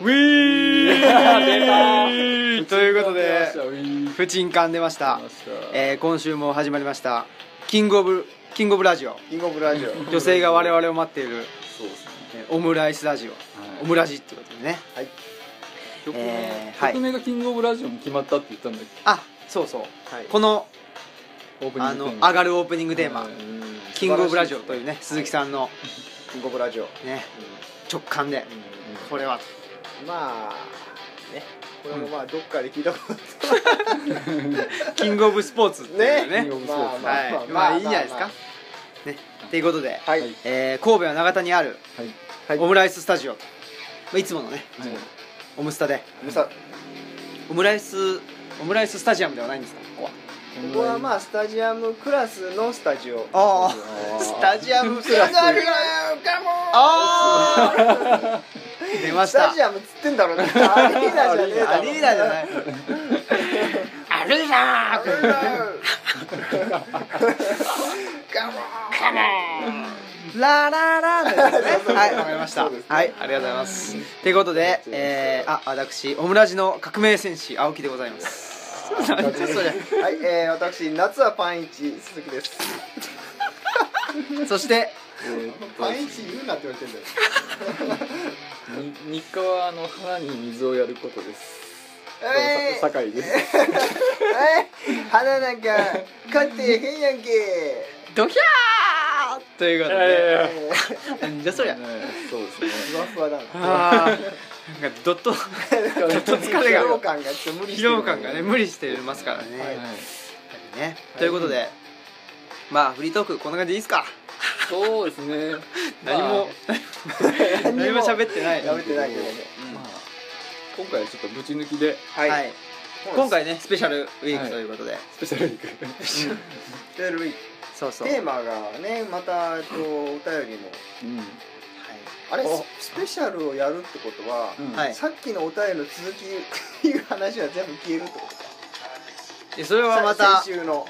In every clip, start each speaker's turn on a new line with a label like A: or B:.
A: ウィーということ
B: 出ま
A: で
B: したウィー
A: 不沈感出ました
B: 出ました
A: えー今週も始まりましたキングオブキングオブラジオ
C: キングオブラジオ
A: 女性が我々を待っている
B: そうですね
A: えーオムライスラジオ、
B: はい
A: オムラジってことでね
C: はい
B: 曲名、
A: えーはい
B: 曲名がキングオブラジオも決まったって言ったんだけ
A: あそうそう
C: はい
A: この
B: どオープニ
A: あ
B: ング
A: の
B: テーマ
A: 上がるオープニングテーマ
B: え
A: 「キングオブラジオ」というね鈴木さんの
C: キングオブラジオ、うん
A: ね直感でこれは
C: まあねこれもまあどっかで聞いたことあ
A: キングオブスポーツっていう
C: ね
A: ね
B: キングオブスポ
C: ま
B: ー
C: あ
B: ツ
C: まあ
A: はいまあいいんじゃないですかねということで、
C: はい
B: はい
A: えー神戸は長田にある
B: はい
C: はい
A: オムライススタジオ、まあいつものね
B: はい
A: オムスタで
C: むさ
A: オムライスオムライススタジアムではないんですかここは
C: ここはまあスタジアムクラスのスタジオ
A: ああ
B: あー
A: スタジアム
C: スタジアム
A: あー 出ま
C: ス
A: した
C: タジアムっつってんだろうなアリーナじゃねえだろ
A: アリーナじゃないアリーナ
C: アリー
A: ラララーのやつね はいわかりましたは
C: そう
A: い
C: ですね
A: ありがとうございますということでえーあ私オムラジの革命戦士青木でございますなんでそれ
C: ナはい、えー、私夏はパンイチ鈴木です
A: そして
B: えーっと
C: パンイチ言うなって言われてんだよ
B: に日課はあの腹に水をやることです
C: え
B: どうもさ
C: ー
B: 酒井です
C: え花なんか勝ってへんやんけ
A: ドキャーということで
B: え
C: え
A: なんじゃそりゃ
B: ーそうですね
C: ーふわふわだな
A: あーなんかどっ と
C: ちょっ
A: と疲れが
C: 疲労感がちょっと無理して
A: 疲
C: る
A: 労感がね無理してますからね、
C: はい
B: はい
A: ねということでまあフリートークこんな感じでいいですか
B: そうですね
A: 何も
C: 何
A: 何
C: に
A: も
C: も
A: 喋ってない
C: やめてないけどね
B: まあまあ今回はちょっとぶち抜きで
C: は
A: はい今回ねスペシャルウィークということで、
B: スペシャルウィーク
C: テー
A: そうそう
C: テーマがねまたえっとお便りも
B: う
C: あれ
A: お
C: スペシャルをやるってことは、
B: んうん
A: はい
C: さっきのお便りの続きっていう話は全部消えるってことか
A: でそれはまた
C: 先週の
B: はい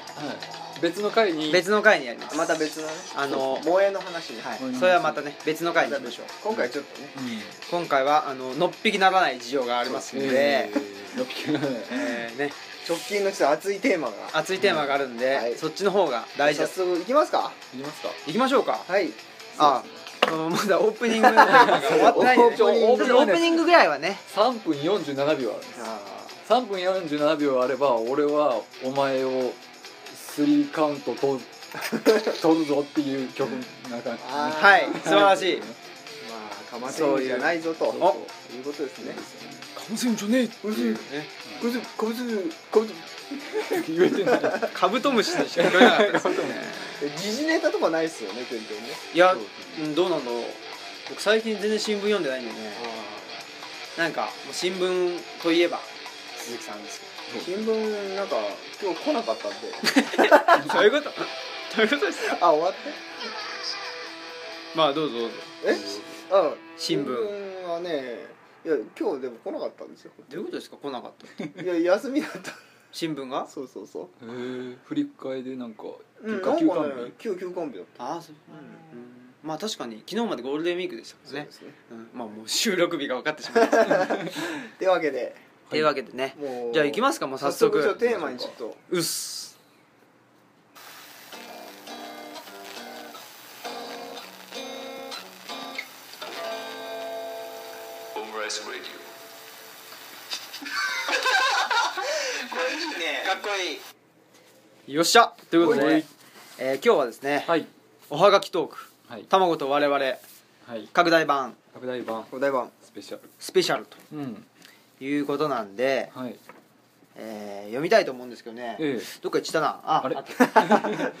B: 別の回に
A: 別の回にやります
C: また別のね
A: あの
C: 萌えの話ね
A: は
C: はいい
A: それはまたね別の回にしましょう
C: 今回ちょっとね
B: うん
A: 今回はあののっぴきならない事情がありますので、
B: えーのっけない
A: えーね、
C: 直近のちょっと熱いテーマが
A: 熱いテーマがあるんで、
C: はい
A: そっちの方が大事
C: 早
A: です
C: 速いきますか
B: いきますか
A: いきましょうか
C: はい
A: ああまだオープニングの が終わってないんで、ね、
B: そう
A: オ
B: オープニング
A: ープニングぐらいはね
B: 3分47秒あるんです
C: あ
B: 3分47秒あれば俺はお前をスリーカウントと取るぞっていう曲な感じ
C: あー
A: はい素晴らしい
C: ーまあかませんじゃないぞと
A: う
C: おいうことですね
A: かぶせんじゃねえ
C: うこずこずこず
B: 言えてない
A: カブトムシにしか聞こえなかったです ね
C: 時事ネタとかないっすよね全然ね
A: いやうんどうなんだろう僕最近全然新聞読んでないんでねなんかもう新聞といえば鈴木さんです
C: 新聞なんか今日来な かったんで
A: け どどういうことどういうことですか
C: あ終わって
A: まあどうぞどうぞ
C: えうん
A: 新聞
C: はねいや今日でも来なかったんですよ
A: どういうことですか来なかった
C: いや休みだった
A: 新聞が
C: そうそうそう
B: へー振り替えでなんか
C: うん、
B: 休暇
C: なんか
B: 休暇
C: ね
B: 日、
C: 急休コンビだっ
A: ああそう、うんまあ確かに昨日までゴールデンウィークでしたか
C: た
A: らね
C: そうですね
A: うんまあもう収録日が分かってしまいました
C: というわけで
A: というわけでね
C: もう
A: じゃあ行きますかもう早速
C: ちょっとテーマにちょっと
A: うっす
D: オムライス レディオ
C: かっこいい
A: よっしゃということ
B: は
A: で
B: い、
A: えー今日はですね、
B: はい
A: おはがきトーク
B: はい
A: 卵と我々
B: はい
A: 拡大版
B: 拡大版
C: お台場
B: スペシャル
A: スペシャルと
B: うん
A: いうことなんで、
B: はい
A: えー読みたいと思うんですけどね、
B: ええ
A: どっか行っちゃったなあ
B: あれ
A: あった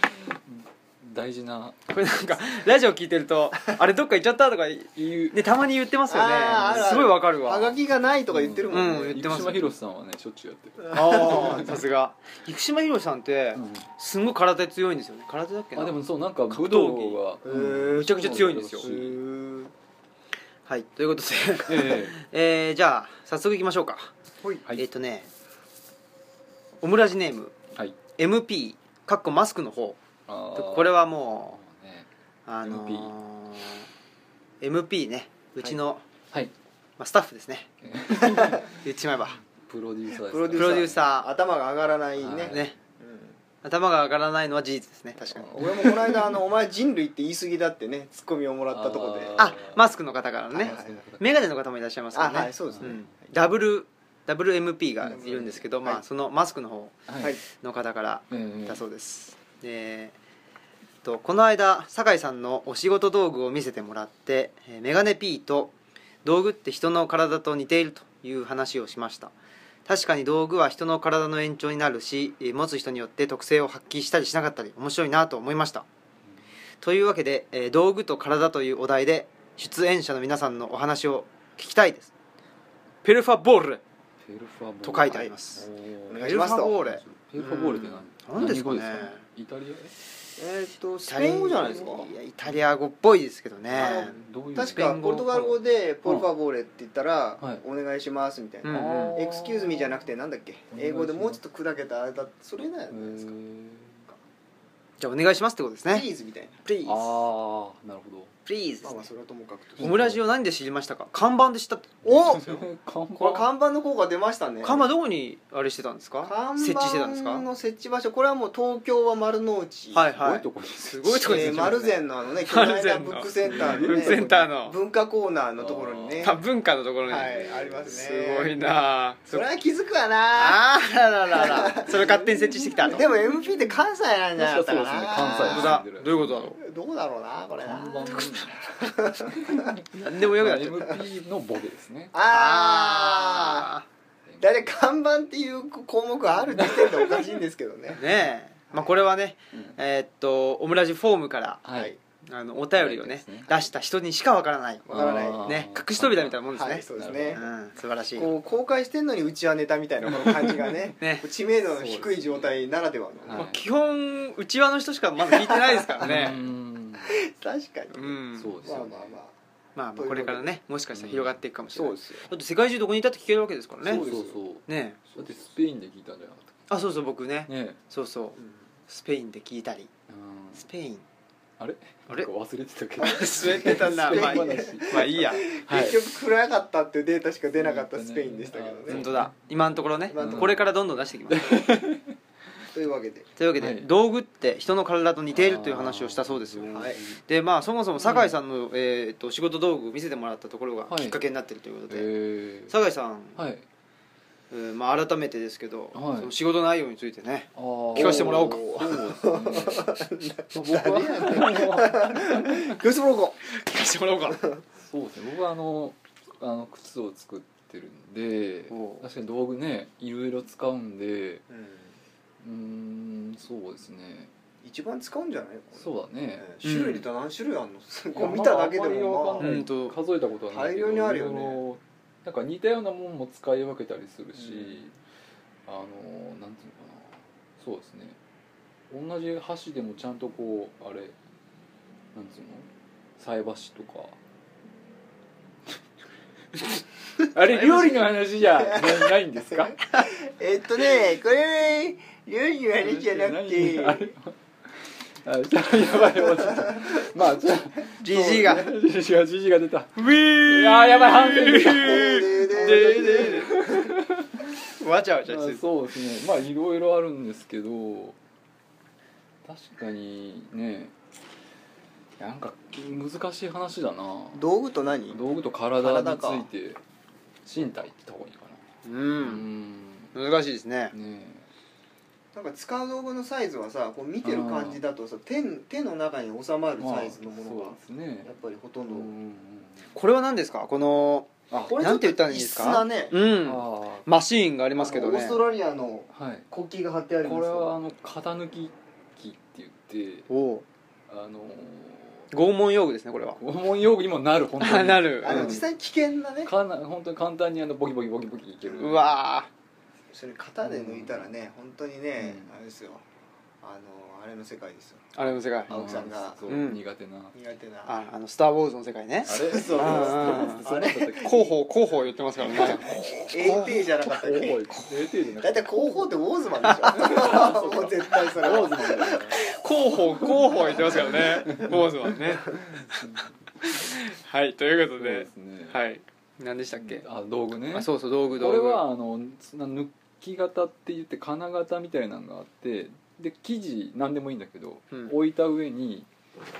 B: 大事な
A: これなんかラジオ聞いてるとあれどっか行っちゃったとか、ね、
B: 言う
A: たまに言ってますよね
C: あーあるある
A: すごいわかるわ
C: はがきがないとか言ってるもん
A: うん言
C: ね
A: ってます
B: 生島ひろしさんはねしょっちゅうやってる
A: ああさすが生島ひろしさんって、
B: うん
A: すんごい空手強いんですよね空手だっけな
B: あでもそうなんか
A: 格闘
B: 武
A: 技
B: 道がうん
A: むちゃくちゃ強いんですよ
B: そうなんだ
A: はいということで、
B: え
A: えーじゃあ早速行きましょうか、
C: はい
B: はい
A: えっ、とねオムラジネーム
B: えはい
A: MP かっこマスクの方これ
B: は
A: はもうあ
B: MP
A: のー MP ねうちの
B: はい
A: まあ、スタッフですね言っちまえば
B: プロデューサーです
C: プロデューサー
A: プロデューサー
C: 頭が上がらないね
B: はい
A: ね
C: うん
A: 頭が上がらないのは事実ですね確かに
C: 俺もこの間あの「お前人類って言い過ぎだ」ってね ツッコミをもらったとこで
B: あー
A: あマスクの方からのね、
C: はい
A: メガネの方もいらっしゃいますからね
C: あはいそうですね
A: んダブルダブル MP がいるんですけど、
C: うん
A: ま
C: は
A: あ、
C: い
A: そのマスクの方
B: はい、
C: はい
A: の方から
B: うん
A: だそうです、でえっとこの間酒井さんのお仕事道具を見せてもらってえーメガネ P と道具って人の体と似ているという話をしました確かに道具は人の体の延長になるしえー持つ人によって特性を発揮したりしなかったり面白いなと思いましたというわけで、えー道具と体というお題で出演者の皆さんのお話を聞きたいですペルファボール
B: ペルファボール
A: と書いてあります
B: おー
C: お願いしますと
A: ペルファボール
B: ペルファボールって
A: うん
B: 何
A: 何ですかね
B: 何語イタリア
C: えっとスペイン語じゃないですか
A: いやイタリア語っぽいですけどね
C: あの
B: どういう
C: 確かポルトガル語で「ポルファボーレ」って言ったら
B: はい
C: 「お願いします」みたい
A: うん
C: な「エクスキューズミ」じゃなくてなんだっけ英語でもうちょっと砕けたあれだそれなんじゃないですか
A: じゃあお願いしますってことです
C: 「プ
A: ね
C: リーズ」みたいな
A: プリーズ
B: ああなるほ
A: プリーズ
C: まあまあそれはともかくとして
A: オムラジを何で知りましたか看板で知ったって
C: お
B: ど看板
C: これ看板の効果出ましたね
A: 看板どこにあれしてたんですか
C: 看
A: 設置してたんですか
C: 板の設置場所これはもう東京は丸の内
A: はい
C: い
B: すご
A: はい
B: とこに
A: すごいとこに
C: えー丸善のあのね巨
A: 丸
C: 大
A: 善
C: な
A: の
C: ブックセンターのね
A: ブックセンターの
C: 文化コーナーのところにね
A: 多文化のところに、
C: はいありますね
A: すごいなあ
C: それは気づくわな
A: あららら らそれ勝手に設置してきたと
C: でも MP って関西なんじゃなかったかな
B: 確かそうです
A: 本
B: ね関西
A: 当 だどういうことだろ
C: どうだろうなこれな
B: 看板
A: う何でもよくなっちゃう
B: MP のボケですね
C: ああだいたい看板っていう項目ある時点でおかしいんですけどね
A: ーねえまあこれはね、
B: うん
A: えーっとオムラジフォームから
B: はい
A: あのお便りをね
B: ですね
A: 出した人にしかわからない、
C: わからない
B: あー
A: ね隠し扉みたいなもんですね、
C: はいそうですね
A: うん、素晴らしい
C: こう公開してんのにうちはネタみたいなこの感じがね
A: ね
C: 知名度の低い状態ならではの、
B: はい
A: まあ、基本内輪の人しかまだ聞いてないですから
B: う
A: ね
B: ん
C: 確か
A: う
C: に、
A: ん
B: そうです
C: まあ
B: よ
C: まあ
A: ま
B: ね
C: まあ
A: あまあこれからねもしかしたら広がっていくかもしれない、
C: すよ
A: だって世界中どこにいたって聞けるわけですからね
B: そうそうそう
A: ねえ
B: だってスペインで聞いたんじゃなかっ
A: あそうそう僕ね
B: たね
A: そうそうスペインで聞いたり
B: うん
A: スペイン
B: あれ
A: あれ
B: なんか忘れてたけ ど
A: 滑ってたな
B: スペイン
A: まあいいまあ
B: 話
A: いいや
B: はい
C: 結局暗かったっていうデータしか出なかったスペインでしたけど ね
A: 本当だ今のところね
C: 今のところ
A: これからどんどん出していきます
C: というわけで
A: というわけで、
B: はい
A: 道具って人の体と似ているという話をしたそうですよ
B: あー
C: はい
A: でまあそもそも酒井さんの、えーっと仕事道具を見せてもらったところが
B: はい
A: きっかけになってるということで、
B: へー
A: 酒井さん、
B: はい
A: えーまあ、改めてですけど、
B: はい
A: その仕事内容についてね
B: あー
A: 聞かせてもらおうか
B: そうですね僕は
C: 吉村子
A: 聞かせてもらおうかな
B: そうですね僕はあのあの靴を作ってるんで
A: おう
B: 確かに道具ねいろいろ使うんでうーんそうですね
C: 一番使うんじゃない
B: そうだね、
C: えー種類で言ったら何種類あんの、こ
B: いうや
C: 見ただけで
B: あんまりわ
C: も、
B: か
C: まあ
B: んない
A: うんと
B: 数えたことはないけど
C: 大量にあるよね
B: いろいろなんか似たようなもんも使い分けたりするし、あのなんていうのかなそうですね同じ箸でもちゃんとこうあれなんていうの菜箸と かあれ料理の話じゃないないん ですか
C: えっとねこれ料理の話じゃなくて
B: あれあやばいやばいまあじゃあ
A: GG が
B: ジジがジジが出た
A: ウィ
B: いやーやばい反省出た
C: でででで
A: わちゃわちゃ
B: ま
A: し
B: あ
A: てる
B: そうですねまあいろいろあるんですけど確かにねなんか難しい話だな
C: 道具と何
B: 道具と体について身体ってとこにか
A: う
B: なうんん
A: 難しいですね
B: ね
C: なんか使う道具のサイズはさこう見てる感じだとさ手手の中に収まる
B: まあ
C: サイズのものが
B: そうですね
C: やっぱりほと
B: うん
C: ど、
B: んうんうん
A: これは何ですかこの
B: あ
C: これち
A: な
C: ょ
A: ん
C: っ
A: て
C: と
A: 言ったらいいんです
C: 異質
A: か
C: なね
A: うん
B: あ
A: マシーンがありますけど
C: オー
A: ね
C: ストラリアの
B: ーはい
C: 国旗が貼ってあります
B: これはあの型抜き機って言って
A: おお
B: あの
A: う拷問用具ですねこれは
B: ー、拷問用具にもなる本当
A: あ
B: に
A: なる
C: あ
A: う
C: の
A: ん
C: 実際危険なね
B: かな本当に簡単にあのボキボキボキボキいける
A: うわ
C: それ型で抜いたらね本当にね、
B: うん
C: あれですよあのあれの世界ですよ
A: ーあれの世界
C: 青木さんが
B: そう
A: うん
B: 苦手なあ
C: 苦手な
A: ああの「スター・ウォーズ」の世界ね
B: れそう
A: あ
C: ーあれ
A: 広報広報言ってますから ね
C: AT じゃなかったっけだいたい広報ってウォーズマンでしょもう絶対それウォーズマン
A: 広報広報言ってますからね坊主はねはいということで、
B: ね
A: はい何でしたっけ、
B: あ道具ね
A: あそうそう道具道
B: こ
A: 具
B: れはあのつな抜き型って言って金型みたいなのがあってで生地何でもいいんだけど、
A: うん
B: 置いた上に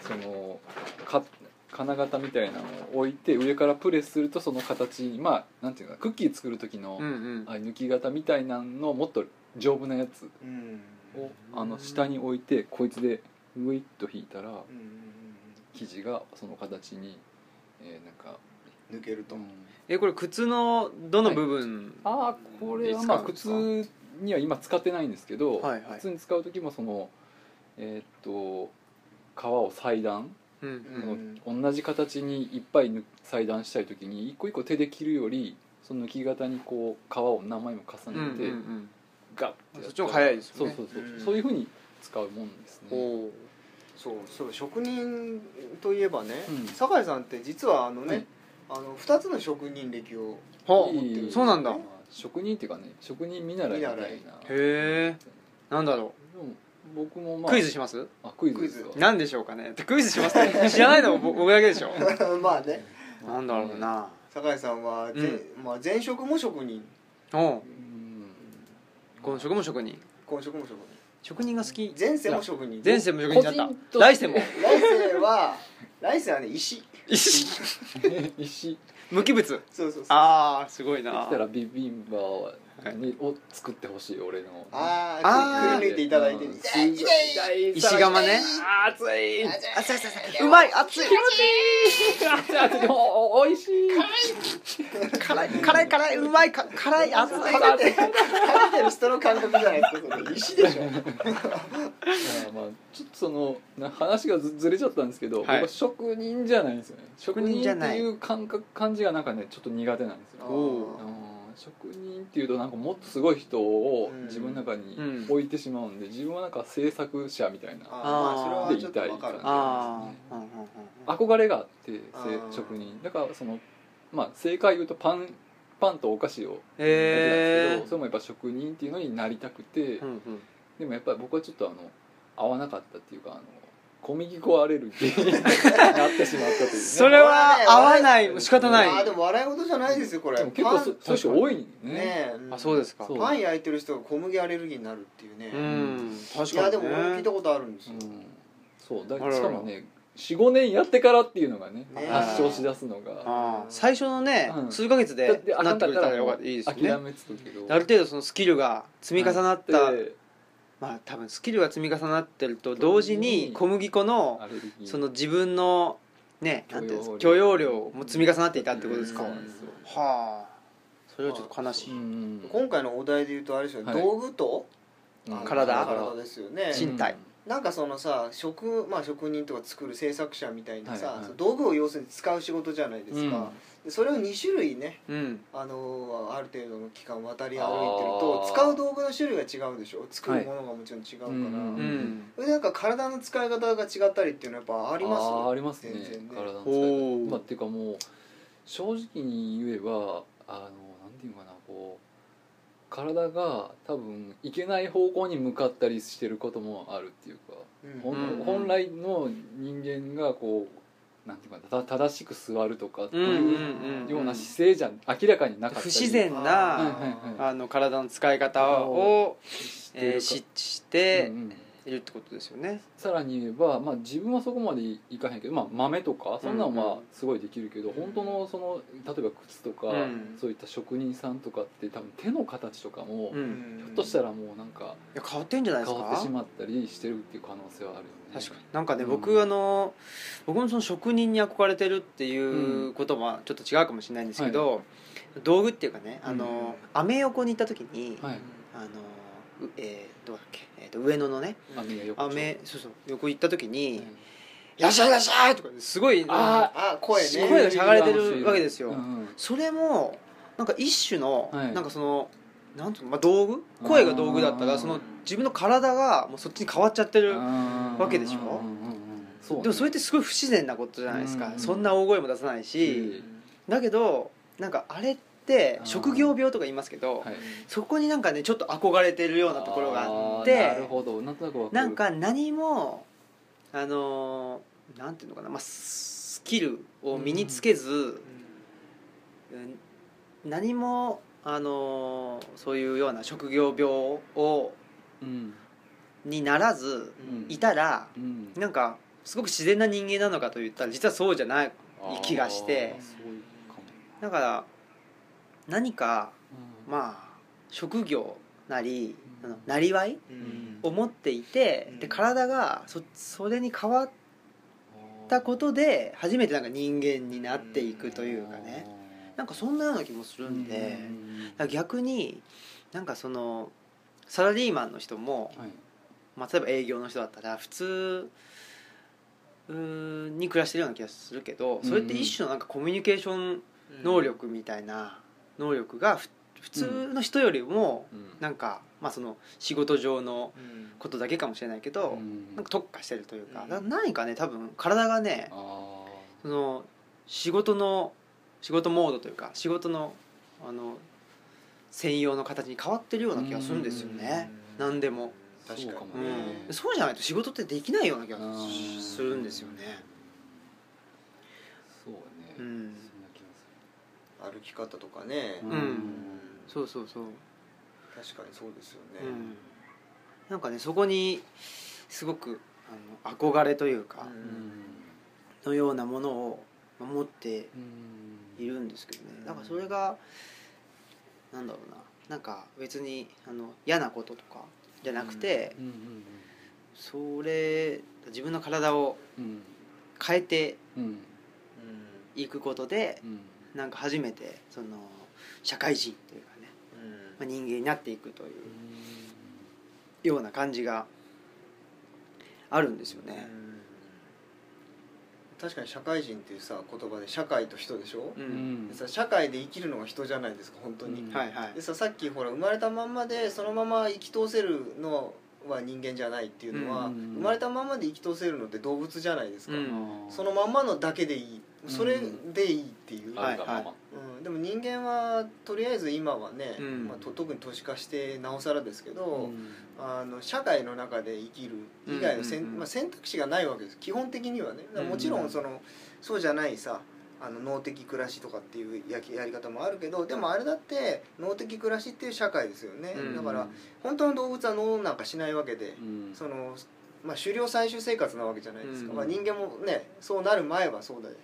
B: そのか金型みたいなのを置いて上からプレスするとその形にまあなんていうかなクッキー作る時の、
A: うんうん
B: ああいう抜き型みたいなのをもっと丈夫なやつ
C: うん
B: をあの下に置いてこいつでグイッと引いたら
C: うん
B: 生地がその形に、えーなんか、
C: 抜けると
A: えこれ靴のどの部分、
B: ああこれはまあ
A: いつ
B: 靴
A: 買うん
B: には今使ってないんですけど、
A: はいはい
B: 靴に使う時もそのえーっと皮を裁断、
A: うんうん
B: その同じ形にいっぱいぬ裁断したい時に一個一個手で切るよりその抜き型にこう皮を何枚も重
A: うん
B: ねて、
A: うん
B: ガッてやたら
A: そっちの方が早いですよね
B: そうそうそう、
C: うん
B: そういうふうに使うもんです
A: うん
B: ね
A: おー
C: そうそう職人といえばね、
B: うん
C: 酒井さんって実はあのね、あの2つの職人歴を
A: は
B: ってい
A: あそうなんだへ
B: まあ職人っていうかね職人見習いみたいな
C: 見習い
A: えなんだろ
B: でも僕も
A: う、
B: まあ
A: クイズします
B: あクイズです
C: ク
B: か
A: 何でしょうかねってクイズします って知らないの僕僕だけでしょ
C: まあね
A: なんだろうな
C: 酒井さんは、ぜまあ、前職も職人
A: おう
B: うん
A: この職も職人
C: 今職も職人
A: 職人が好き
C: 前世も職人
A: 前世も職人だっ
B: 個人
A: た
B: とし
A: 来世
B: て
A: も
C: 来世は来世はね石
A: 石
B: 石
A: 無機物
C: そうそうそう
A: ああすごい
B: で
A: な
B: きたらビビンバにを作ってほしい俺の
C: あ
A: あ
C: あ
A: ー
C: くり抜いていただいて
B: うん
C: 痛い痛い痛い
A: 石窯ね
B: あー熱い
C: 熱い熱い
A: うまい熱い
B: 熱い熱いでもおいしい
A: 辛い辛い辛いうまいか辛い熱い
C: 食べて食べてる人の感覚じゃないですかそれ石でしょ
B: あーまあちょっとそのな話がずずれちゃったんですけど、
A: はい
B: 僕は職人じゃないんですよね職
A: 人
B: 人
A: じゃ
B: っ
A: ない
B: ていう感覚感じがなんかねちょっと苦手なんですよ
C: あ
B: あ
C: ー
A: お
B: ー職人っていうとなんかもっとすごい人を自分の中に
A: うん
B: 置いてしまうんで、自分はなんか制作者みたいな
C: あーまあそれは
B: で
C: ちょ
B: い
C: っと
B: たい
C: わかる
B: あ
A: ああ、うんうんうん
B: 憧れがあってせ
C: あー
B: 職人だからそのまあ正解言うとパンパンとお菓子をやってたんですけ
A: へえ
B: ど、それもやっぱ職人っていうのになりたくて、
A: うんうん
B: でもやっぱり僕はちょっとあの合わなかったっていうかあの小麦粉アレルギーになってしまったという、ね、
A: それは合わない仕方ない
C: あーでも笑い事じゃないですよこれ
B: でも結構
C: パン
B: そそういう人多いね
C: ねえ
A: あそうですすか
B: そう
C: パン焼いてる人が小麦アレルギーになるっていうね
A: うん確
C: いや
A: か
C: でも
A: に
C: 俺も聞い
A: ね
C: たことあるんです
B: う
C: よ
B: ん、そうだ
A: あらら
B: しかもね45年やってからっていうのがね
C: ね
B: 発症しだすのが
A: ああ最初のね
B: うん
A: 数ヶ月で
B: あ
A: なってくれたら
B: も
A: よ
B: う
A: かったいいです
B: 諦
A: ね
B: めつくけど
A: ある程度そのスキルが積み重なった
B: で
A: まあ多分スキルが積み重なってると同時に小麦粉の
B: アレルギー
A: その自分のねなんていうんですか許容
B: 許容量
A: 量も積み重なっていたってことですか
B: そう
A: は
B: なんですよ
A: あそれはちょっと悲し
B: う
A: い
B: ん
C: 今回のお題で言うとあれですよね
B: はい
C: 道具と
B: うん
C: あの
A: 体
C: 体ですよね
A: 身体
C: なんかそのさ職,、まあ、職人とか作る制作者みたいなさ、
B: はいはい
C: その道具を要するに使う仕事じゃないですか、
B: うん
C: でそれを2種類ね、
A: うん
C: あのーある程度の期間渡り歩いてると
B: あー
C: 使う道具の種類が違うでしょ作るものがもちろん違うから、
B: はいうん
A: う
B: うん
A: ん
C: それでなんか体の使い方が違ったりっていうのはやっぱあります
B: あーありますね
C: 全然ね
B: 体の使い
A: おー
B: 方まあっていうかもう正直に言えばあのなんていうのかなこう体が多分いけない方向に向かったりしてることもあるっていうか、
C: うん
B: ほん
A: うん
B: 本来の人間がこうなんていうかなた正しく座るとかって
A: うんうん
B: いう
A: うん
B: ような姿勢じゃ明らかになかった
A: 不
B: り
A: 自然
B: はい
A: な
B: はいはい
A: あの体の使い方を
B: してる
A: え
B: か
A: ーしして
B: うんうん
A: いるってことですよね
B: さらに言えば、まあ、自分はそこまでいかへんけど、まあ、豆とかそんなの
A: うんう
B: は
A: ん
B: すごいできるけど、本当のその例えば靴とか、
A: うん
B: そういった職人さんとかって多分手の形とかも、
A: う
B: ひ
A: ん
B: ょっとした
C: ら
B: らもうなんか
A: いや変わってんじゃないで
B: 変
A: す
B: わって
A: か
B: しまったりしてるっていう可能性はあるよね
A: 確かになんかね
B: うん
A: 僕あの僕もその職人に憧れてるっていうことはちょっと違うかもしれないんですけど道具っていうかねあのアメ横に行った時に
B: はい
A: あのうえーどうだっけえーと上野のね
B: 雨がよく
A: アメそうそう横行った時
B: う
A: に
B: ん
A: 「いらっしゃいいらっしゃい!」とかすごい
B: あ
C: あ声ね
A: 声がしゃがれてるわけですよ
B: うんうん
A: それもなんか一種の、
B: はい
A: なんかそのなんていうの、まあ、道具声が道具だった
B: あ
A: ら
B: ー
A: その自分の体がもうそっちに変わっちゃってるわ
B: わ
A: けでしょ
B: そうね
A: でもそれってすごい不自然なことじゃないですか、
B: うん
A: そんな大声も出さないし、だけどなんかあれって
B: あー
A: 職業病とか言いますけど、
B: はい
A: そこになんかねちょっと憧れてるようなところがあっ
B: ー
A: て
B: なるほどなんとなくわかる
A: なんか何もあのーなんていうのかな、まあ、ススキルを身につけず、うん何もあのそういうような職業病を
B: うん
A: にならず
B: うん
A: いたら
B: うん
A: なんかすごく自然な人間なのかといったら実はそうじゃない
B: あー
A: 気がして
B: そういうかも
A: だから何か
B: まあ
A: まあ職業なり
B: うん
A: あのなりわい
C: うん
A: を持っていて
C: うん
A: で体がそそれに変わったことで初めてなんか人間になっていくというかねなんかそんなような気もするんでだから逆になんかそのサラリーマンの人も
B: はい
A: まあ、例えば営業の人だったら普通うーんに暮らしてるような気がするけどそれって一種のなんかコミュニケーション能力みたいな能力がふ普通の人よりも
B: うん
A: なんか、まあ、その仕事上の
C: うん
A: ことだけかもしれないけど、
B: うん
A: なんか特化してるというか,、
C: うん
A: 何かね多分体がね
B: あ
A: そ
B: ー
A: の仕事の仕事モードというか仕事のあの専用の形に変わってるような気がするんですよね、
C: うん
A: 何でも。
C: 確
B: そう
C: か
B: かも
A: う
B: ね
A: ん、そうじゃないと仕事ってできないような気が
B: うん
A: するんですよね
B: そうね
A: う
B: そん
A: ん
B: な気が
C: 歩き方とかね
B: する
A: うん
C: うん
A: そうそうそう、
C: 確かにそうですよね
A: うん、なんかねそこにすごくあの憧れというか、
C: う
B: うんん
A: のようなものをまあ持って
B: うん
A: いるんですけどね
C: うん
A: だからそれがなんだろうななんか別にあの嫌なこととかじゃなくて、
B: うん
A: それ自分の体を
B: うんうん
A: 変えて
B: うん
A: いくことで
B: うん
A: なんか初めてその社会人というかね、
C: うん
A: まあ、人間になっていくといううんような感じがあるんですよ
C: う
A: ね。
C: ん確かに社会人っていうさ言葉で社会と人でしょ
A: う
B: うんん
C: でさ社会で生きるのが人じゃないですか本当
B: う
C: に
B: ん
A: はいはい
C: でささっきほら生まれたまんまでそのまま生き通せるのは人間じゃないっていうのは
B: うん
C: 生まれたまんまで生き通せるのって動物じゃないですか
A: うん
C: そのまんまのだけでいいそれでいいっていう、
A: はい
C: うん、でも人間はとりあえず今はね、
A: うん
C: まあ、と特に都市化してなおさらですけど、
B: うん
C: あの社会の中で生きる以外の
A: う
C: 選,、
A: んうんうん
C: まあ、選択肢がないわけです基本的にはねだからもちろ
A: うん
C: んその、そうじゃないさあの脳的暮らしとかっていうやきやり方もあるけどでもあれだって脳的暮らしっていう社会ですよね、
A: うん
C: だから本当の動物は脳なんかしないわけで、
B: うん
C: その、まあ、狩猟採集生活なわけじゃないですか、
A: うん
C: まあ、人間もねそうなる前はそうだよ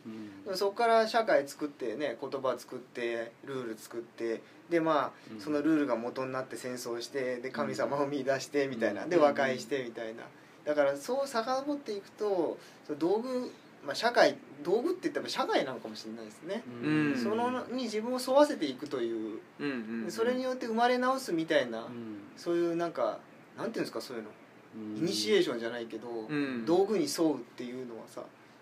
B: うん
C: そこから社会作ってね言葉作ってルール作ってでまあそのルールが元になって戦争してで神様を見出してみたいなで
A: うん
C: 和解してみたいなだからそう遡っていくとその道具、まあ、社会道具って言ったら社会なのかもしれないですね、
A: うん
C: そのに自分を沿わせていくという
A: うんうんうん
C: それによって生まれ直すみたい
B: う
C: な
B: ん
C: そういうなんかなんていうんですかそういうの
B: うん
C: イニシエーションじゃないけど、
A: うん
C: 道具に沿うっていうのはさ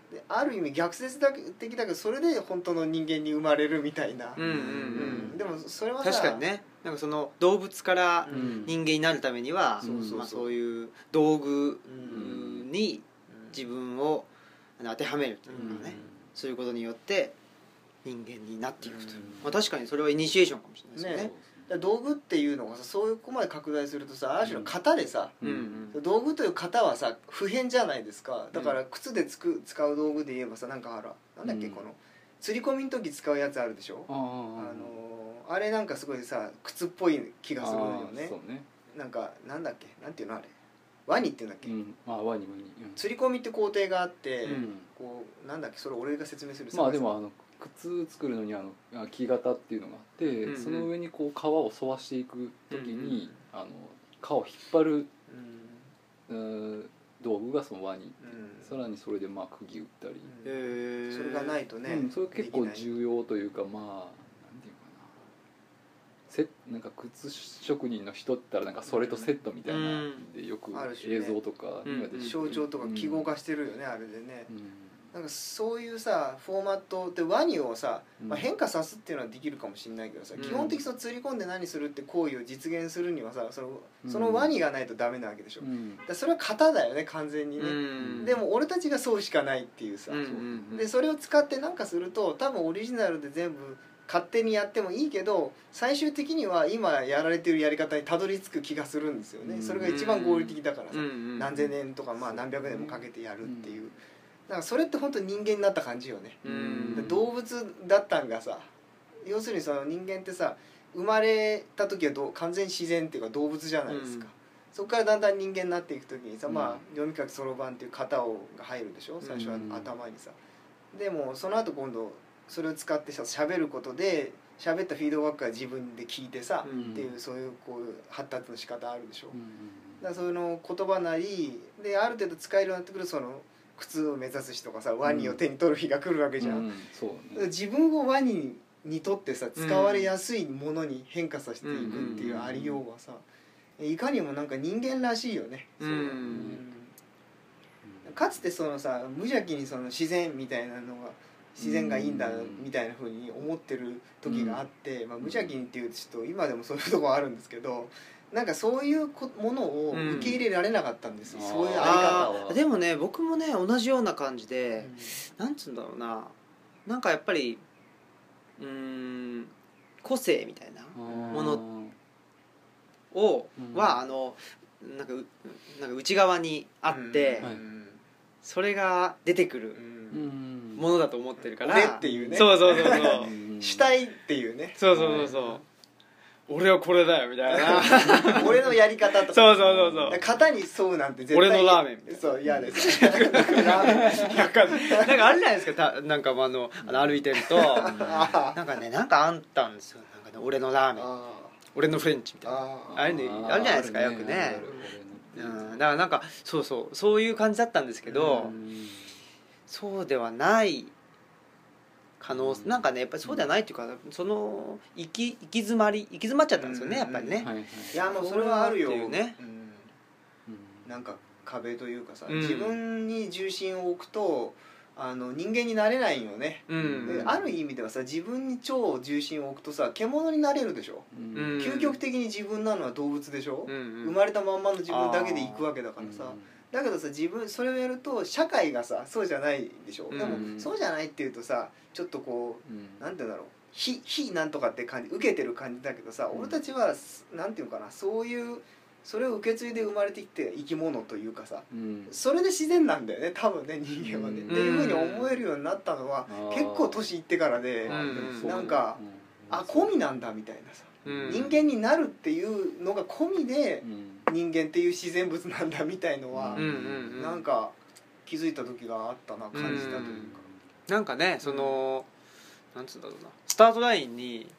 C: である意味逆説だけ的だけどそれで本当の人間に生まれるみたいな、
A: うんうん
C: うんでもそれはさ
A: 確かにねなんかその動物から
B: うん
A: 人間になるためには、
B: そうそうそう
A: まあ、そういう道具
C: う
A: うんんに自分をあの当てはめるというかね、そういうことによって人間になっていくという、
B: うん
A: まあ、確かにそれはイニシエーションかもしれないですよね
C: ねだから道具っていうのがさそういうこまで拡大するとさある種の型でさ、
A: うんうん
C: 道具という型はさ普遍じゃないですかだから靴でつく使う道具で言えばさなんかほらなんだっけ、
B: うん
C: この釣り込みの時使うやつあるでしょ、
B: あ
C: あ
B: の
C: のーあれなんかすごいさ靴っぽい気がするよね
B: そうね
C: なんかなんだっけなんていうのあれワニっていうんだっけ、
B: うんまあワニワニうん
C: 釣り込みって工程があって、
B: うん
C: こうなんだっけそれ俺が説明する
B: まあでもあの靴作るのにあのあ木型っていうのがあって、
A: んうん
B: その上にこう皮を沿わしていく時に、あの皮を引っ張る
C: うん、
B: うー道具がそのワニ
C: うん、
B: さらにそれでまあ釘打ったり、
A: へ
C: うん
A: ー
C: それがないとね、
B: うん、それ結構
C: できない
B: 重要というかまあなんていうかなせなんか靴職人の人って言ったらなんかそれとセットみたいな
A: うん
B: でよく
C: ある種ね
B: 映像とかには出てくる
C: 象徴とか記号、化してるよね、あれでね
B: うん
C: なんかそういうさフォーマットでワニをさ、
B: うん
C: まあ、変化さすっていうのはできるかもしれないけどさ、
A: うん
C: 基本的にその釣り込んで何するって行為を実現するにはさそのそうの
B: ん
C: ワニがないとダメなわけでしょ、
B: う
C: だか
B: ん
C: らそれは型だよね完全にね、
A: うん
C: でも俺たちがそうしかないっていうさ、
A: うん
B: そう
A: うん
C: でそれを使ってなんかすると多分オリジナルで全部勝手にやってもいいけど最終的には今やられてるやり方にたどり着く気がするんですよね、
B: うん
C: それが一番合理的だからさ、
A: うんうん
C: 何千年とかまあ何百年もかけてやるっていう、なんかそれって本当人間になった感じよね、
A: うん
C: 動物だったんがさ要するにその人間ってさ生まれた時はどう完全に自然っていうか動物じゃないですか、
A: うん
C: そこからだんだん人間になっていく時にさ、
B: う
C: ま
B: ん
C: あ読み書きそろばんっていう型をが入るでしょ最初は
B: うん
C: 頭にさ、でもその後今度それを使ってさ喋ることで喋ったフィードバックが自分で聞いてさ、
A: うん
C: っていうそういうこう発達の仕方あるでしょ、
B: うん
C: だからその言葉なりである程度使えるようになってくるとその靴を目指す人がさワニを手に取る日が来るわけじゃん、
B: うんそうだね
C: 自分をワニにとってさ使われやすいものに変化させていくっていうありようはさいかにもなんか人間らしいよね、
A: う
C: うん
B: うん
C: かつてそのさ無邪気にその自然みたいなのが自然がいいんだ
B: うん
C: みたいなふうに思ってる時があって、まあ、無邪気にっていうとちょっと今でもそういうとこあるんですけどなんかそういうこものを受け入れられなかったんですよ、
B: うん
C: そういうあ
A: あ
C: り方を
A: ー。でもね僕もね同じような感じで、なんつうんだろうななんかやっぱりうーん個性みたいなものを、
B: うん
A: はあのなんかうなんか内側にあって、
C: うん
B: はい
A: それが出てく
C: う
A: る
B: うんん
A: ものだと思ってるから、
C: 俺っていうね
A: そうそうそうそう
B: うん
C: 主体っていうね
A: そうそうそうそう俺はこれだよみたい な
C: 俺のやり方とか
A: そうそうそうそう
C: 型に沿うなんて絶対
A: 俺のラーメンみたいな
C: そう嫌ですラーメン
A: なんかなんかあるじゃないですかたなんかあのあの歩いてると
C: あー
A: なんかねなんかあったんですよなんか、ね、俺のラーメン
C: あ
A: 俺のフレンチみ
C: ー
A: たいな
C: あー
A: あれね
B: ー
A: あるじゃないですか
B: ある
A: よくね
B: あるあ
A: う
B: る俺の
A: んだからなんかそうそうそういう感じだったんですけど、
B: うん
A: そうではない可能性
B: うん
A: なんかねやっぱりそうではないっていうか、その行き行き詰まり行き詰まっちゃったんですよね、
C: うん
A: やっぱりね、
B: はいはい
C: いやもうそれはあるよ
A: っていうね
C: うん
B: うん
C: なんか壁というかさ、
A: うん
C: 自分に重心を置くとあの人間になれないよね、
A: うん
C: である意味ではさ自分に超重心を置くとさ獣になれるでしょ、
B: うん
A: うん
C: 究極的に自分なのは動物でしょ、
A: うんうん
C: 生まれたまんまの自分だけで行くわけだからさ、だけどさ自分それをやると社会がさそうじゃないでしょ、
A: うん
C: でもそうじゃないっていうとさちょっとこ
B: うん
C: うなんて言うんだろう非非なんとかって感じ受けてる感じだけどさ、
B: うん
C: 俺たちはすなんていうのかなそういうそれを受け継いで生まれてきて生き物というかさ
B: うん
C: それで自然なんだよね多分ね人間はね、
B: うん
C: っていうふうに思えるようになったのは、
B: うん
C: 結構年いってからで、
A: うん
C: なんかあ込みなんだみたいなさ、
A: うん
C: 人間になるっていうのが込みで
B: うん
C: 人間っていう自然物なんだみたいのは、
A: うんうんうん、
C: なんか気づいた時があったな感じたというか、
A: なんかねその、なんつうんだろうなスタートラインに立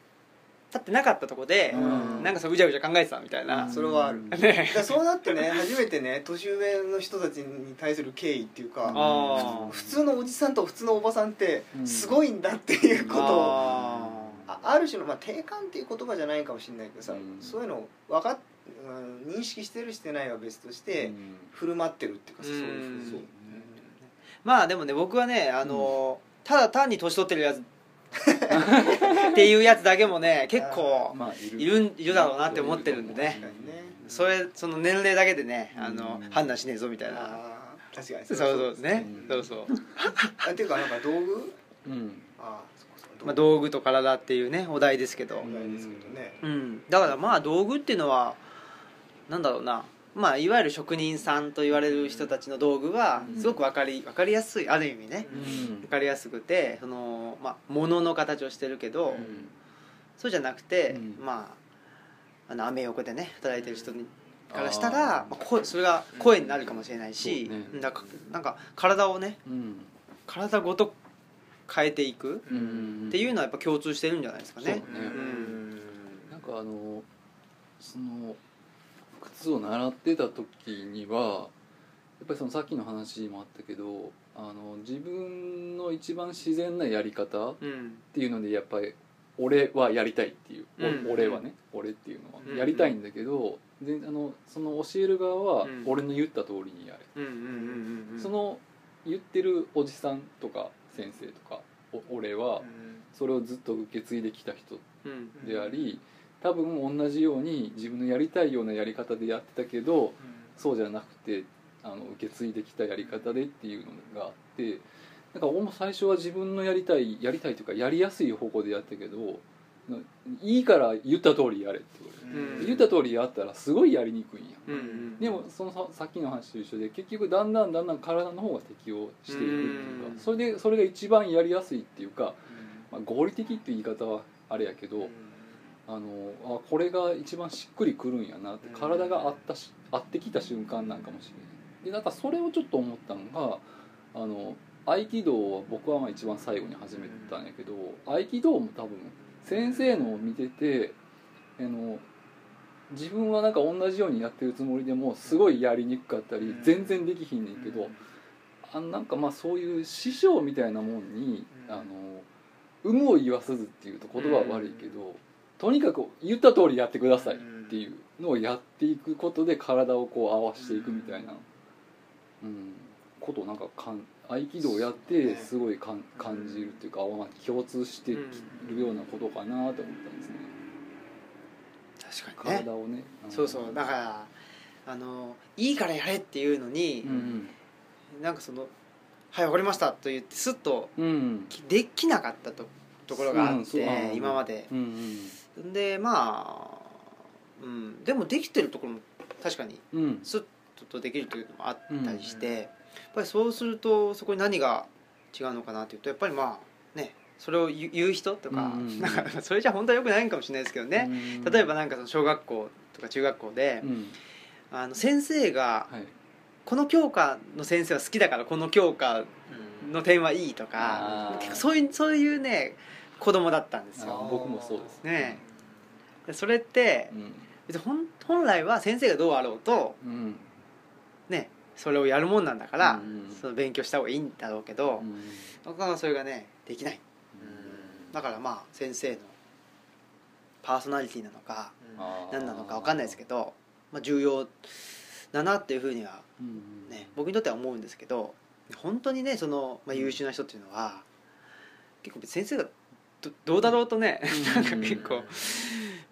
A: ってなかったとこで、
B: うん
A: なんかさうじゃうじゃ考えてたみたいな、
C: それはある
A: ね
C: だからそうなってね初めてね年上の人たちに対する敬意っていうか
A: あー
C: 普通のおじさんと普通のおばさんって
B: うん
C: すごいんだっていうことを
A: あー
C: あある種の、まあ、定感っていう言葉じゃないかもしれないけどさ、
B: うん
C: そういうのを分かっ、うん、認識してるしてないは別として、
B: うん
C: 振る舞ってるっていうかさそういうふう
A: うん
B: そ
C: に
B: うね
A: まあでもね僕はねあの、ただ単に年取って るやつっていうやつだけもね結構
B: まあ
A: いるんいるだろうなって思ってるんでね
C: 確かにね
A: それその年齢だけでねあの、
B: うん
A: 判断しねえぞみたいな
C: あー確かに
A: そうそうね、
B: うん
A: そうそう
C: あっていうかなんか道具
B: うん
C: あーそこそこ
A: まあ、道具と体っていうねお題ですけど
C: 問題ですけどね、
A: うん、だからまあ道具っていうのはなんだろうなまあいわゆる職人さんと言われる人たちの道具は
B: うん
A: すごく分かり分かりやすいある意味ね
B: う
A: 分
B: ん
A: かりやすくてその、まあ、物の形をしてるけど、そうじゃなくて、
B: うん
A: まああのアメ横でね働いてる人に
B: あー
A: からしたらまあ、声それが声になるかもしれないし、
B: うんそうね
A: なんかなんか体をね
B: うん
A: 体ごと変えていく
B: うん
A: っていうのはやっぱ共通してるんじゃないですかね。
B: そうね
A: ん
B: なんかあのその靴を習ってた時にはやっぱりそのさっきの話もあったけどあの自分の一番自然なやり方っ
A: うん
B: ていうのでやっぱり俺はやりたいっていう、お
A: うん
B: 俺はね俺っていうの
A: うん
B: はやりたいんだけど、全あのその教える側は
A: うん
B: 俺の言った通りにやれ、
A: うんうんうんうん
B: その言ってるおじさんとか先生とかお俺はそれをずっと受け継いできた人
A: うん
B: であり多分同じように自分のやりたいようなやり方でやってたけどそうじゃなくてあの受け継いできたやり方でっていうのがあってなんか俺も最初は自分のやりたいやりたいというかやりやすい方向でやったけどないいから言った通りやれって言われる
A: うん
B: 言った通りやったらすごいやりにくいんや
A: うんうん
B: でもそのささっきの話と一緒で結局だんだんだんだん体の方が適応していくっていう
A: う
B: か
A: ん
B: それでそれが一番やりやすいっていうかまあ、合理的っていう言い方はあれやけどあのあこれが一番しっくりくるんやなって体が合ったし合ってきた瞬間なんかもしれないでなんかそれをちょっと思ったのがあの合気道は僕はまあ一番最後に始めたんやけど合気道も多分先生のを見ててあの自分はなんか同じようにやってるつもりでもすごいやりにくかったり全然できひんねんけどあなんかまあそういう師匠みたいなもんに、
A: うん
B: あの有無を言わさずっていうと言葉は悪いけど、とにかく言った通りやってくださいっていうのをやっていくことで体をこう合わしていくみたいな、うん、ことをなんかかん合気道をやっ
C: そう
B: て
C: ね
B: すごいかん感じるっていうか、まあ共通してきるようなことかなと思ったんですね。
A: 確かにね
B: 体をね、ん
A: そうそうだからあのいいからやれっていうのに
B: う、ん
A: なんかその「はいわかりました」と言ってスッと
B: うんうん
A: きできなかったとところがあっ
B: そうなんそう
A: て
B: うん
A: 今まで
B: うんうん
A: でまあ、うん、でもできてるところも確かに
B: うん
A: スッとできるというのもあったりして、やっぱりそうするとそこに何が違うのかなというとやっぱりまあねそれを言う言う人とか,、
B: うんうん
A: なんかそれじゃ本当はよくないんかもしれないですけどね、
B: うん
A: 例えばなんかその小学校とか中学校で、
B: うん
A: あの先生が
B: はい
A: この教科の先生は好きだからこの教科の点はいいとか
B: あー
A: 結構そういうそういうね子供だったんです
B: あ
A: よ
B: ー僕もそうです
A: ねでそれって
B: うん
A: 別に本本来は先生がどうあろうと
B: うん
A: ねそれをやるもんなんだから、
B: うん
A: その勉強した方がいいんだろうけど
B: う、ん
A: なかなかそれがねできないだからまあ先生のパーソナリティなのか
B: あー
A: 何なのか分かんないですけど、まあ、重要だなっていうふうには
B: うん
A: ね、僕にとっては思うんですけど本当にねその、まあ、優秀な人っていうのは、結構先生がどどうだろうとね、
B: う
A: な
B: ん
A: んか結構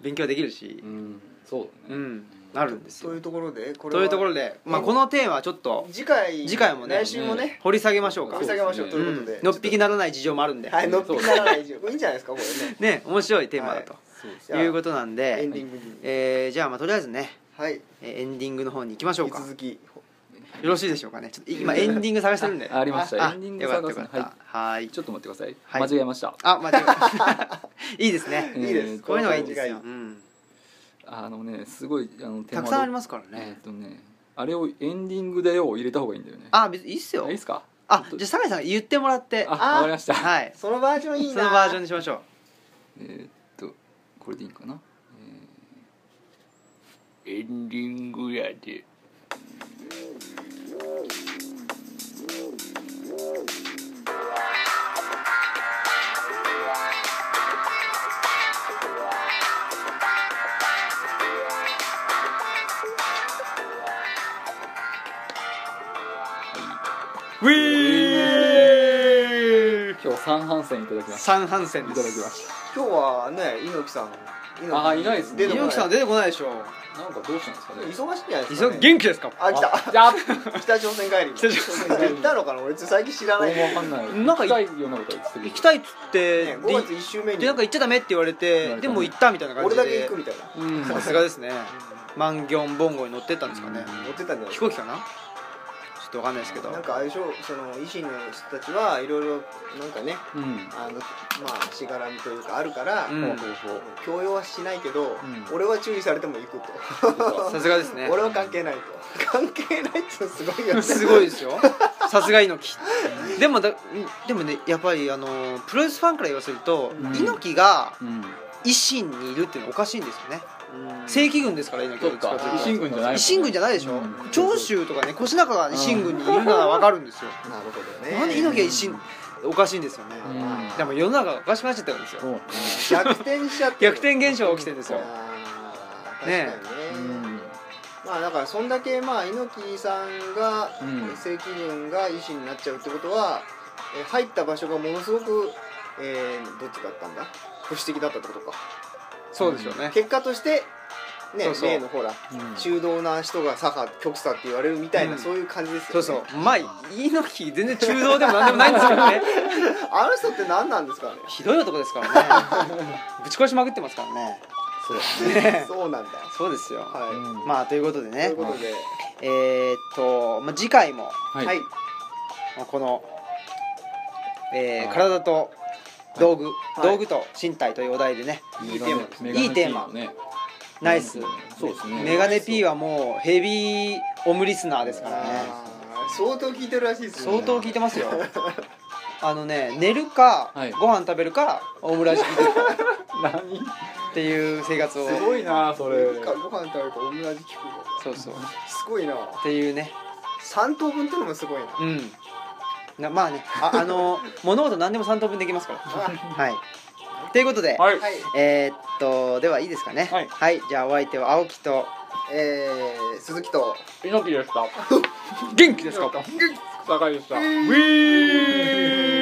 A: 勉強できるし
B: う、んそうだ
A: う
B: ね、
A: んなるんです
C: そう
A: よ
C: いう。ところでこれ
A: と
C: は
A: いうところで、まあ、
C: うん
A: このテーマはちょっと
C: 次回
A: 次回もね
C: 来週もね
A: 掘り下げましょうか
C: 掘り下げましょう
B: そ
C: と
B: う
C: いうことで
A: んのっぴきならない事情もあるんで、
C: はい、乗ってならない以上いいんじゃないですか、これ
A: ね面白いテーマだと、、
B: そうです
C: はい
A: うことなん
C: ね。
A: で
C: エン、ディングに。
A: えーじゃあまあとりあえずね
C: はい、引
A: えーエンディングの方に行きましょう
C: き
A: か
C: 続き。
A: よろしいでしょうかねちょっと今エンディング探してるんで
B: あありました
A: あ
B: エンディング
A: よかったよか
B: 探
A: っ
B: す
A: たはい
B: ちょっと待ってください、
A: はい
B: 間違えました
A: あ、間違えた。 いいですね。
C: いいです
B: えー
A: こういうのがいいんですよ。
C: こ
A: うん
B: あのねすごいあの
A: たくさんあり
B: ま
A: ますから
B: えー
A: ね
B: っ。とねあれをエンディングだよを入れた方がいいんだよね
A: あ、別にいいっす
B: あ
A: よ
B: いいっ。すか
A: あ、じゃあ酒井さん言ってもらって。
B: あわ
A: は
B: かりました、
A: い。
C: そのバージョンいい
A: そ
C: な。
A: のバージョンにしましょう。
B: えーっとこれでいいんかな、えーエンディングやで
A: ウィー
B: 今日三半戦いただきました
A: 三半戦
B: い
A: で
B: ただき
A: す。
B: まし
C: 今日はね、猪木さん。猪木
B: あーいないですね
C: 出てこ
A: 猪
C: ない
A: 木さん出てこないでしょ。
B: たなんかどうしたんですかね
C: 忙しいんじゃないですか、
A: 磯
C: ね。
A: 元気ですか。
C: あ、来た。
B: じゃあ
C: 北朝鮮帰り。
A: 北朝鮮
C: 帰り。行ったのかな、俺、最近知らない。
B: もう
C: ね、
B: わかんない
A: なんか
B: 行きたいようなことは言って
A: 行
B: る
A: きたいっつって。
C: 5月1週目
A: で、
C: に
A: なんか行っちゃダメって言われ
B: 言わ
A: て、
B: れたね
A: でも行ったみたいな感
C: 俺
A: じ
C: だけ
A: で
C: 行く。みたいな。
B: うん
A: さすがですね。マンギョンボンゴに乗ってったんですかね。
C: 持ってたんじゃない
A: 飛行機かな。ちょっとわかんないですけど。
C: なんかあれでしょその維新の人たちはいろいろなんかね
B: うん
C: あのまあしがらみというかあるから、
A: うん
B: そうそうそう
C: 強要はしないけど、
B: ん
C: 俺は注意されても行くと、
A: さすがですね。
C: 俺は関係ないと関係ないってのすごいよ ね
A: すごいですよさすが猪木でもだでもねやっぱりあのプロレスファンから言わせると、
B: うん
A: 猪木が
B: うん
A: 維新にいるっていうのはおかしいんですよね
C: うん
A: 正規軍ですから猪木
B: そ
A: は
B: っ
A: どっちか
B: か
A: というと
B: 維新軍じゃないもん
A: 維新軍じゃないでしょ、
B: うん
A: 長州とかね腰中が維新軍にいるならわかるんですよ、
C: なるほどね
A: なんで猪木が維新おかしいんですよね、
B: うん
A: でも世の中がおかしくなっちゃってるんです
B: そう
A: よ
B: ね
C: 逆転しちゃってる
A: 逆転現象が起きてるんですよね
C: あー確か
B: う
C: にね
B: ん
C: まあだからそんだけまあ猪木さんが
B: うん
C: 正規軍が維新になっちゃうってことは、えー入った場所がものすごく、えーどっちだったんだ保守的だったってことか
A: そうでしょうね、
C: 結果としてね
A: そうそう
C: 例のほら
B: うん
C: 中道な人が左派極左って言われるみたいな、
A: うん
C: そういう感じですよ
A: そ
C: ね
A: うそうまあ猪木全然中道でもなんでもないんですけどね
C: あの人って何なんですかね
A: ひどい男ですからねぶち壊しまくってますからね
B: そう
C: そうなんだ
A: そうですよ、
C: はい、
B: うん
A: まあということで
C: とい
A: ね
C: うことで、
A: えーっと、まあ、次回も
B: はい
C: はい、
A: まあこの、えー
B: はい
A: 体と道具、
C: い
A: 道具と身体というお題でね
C: いいテーマです
A: ね
B: メガネ
A: いいテーマ
B: P のね
A: ナイス
B: そうですね
A: メガネ P はもうヘビーオムリスナーですからね
C: あー相当聞いてるらしいですね
A: 相当聞いてますよあのね寝るか、
B: はい
A: ご飯食べるかオムライス聞いてるか
B: 何
A: っていう生活を
B: すごいなそれ
C: なんかご飯食べるか同じ聞くよ
A: そうそうっ
C: すごいな
A: ていうね
C: 三等分ってのもすごいな
A: うんなまあねああの物事何でも3等分できますから
C: あ
A: はいということで、
B: はい
C: はい
A: えーっとではいいですかね
B: はい
A: じゃあお相手は青木と
C: えー、鈴木と
B: 猪木でした
A: 元気ですか
B: 酒井でしたウィーン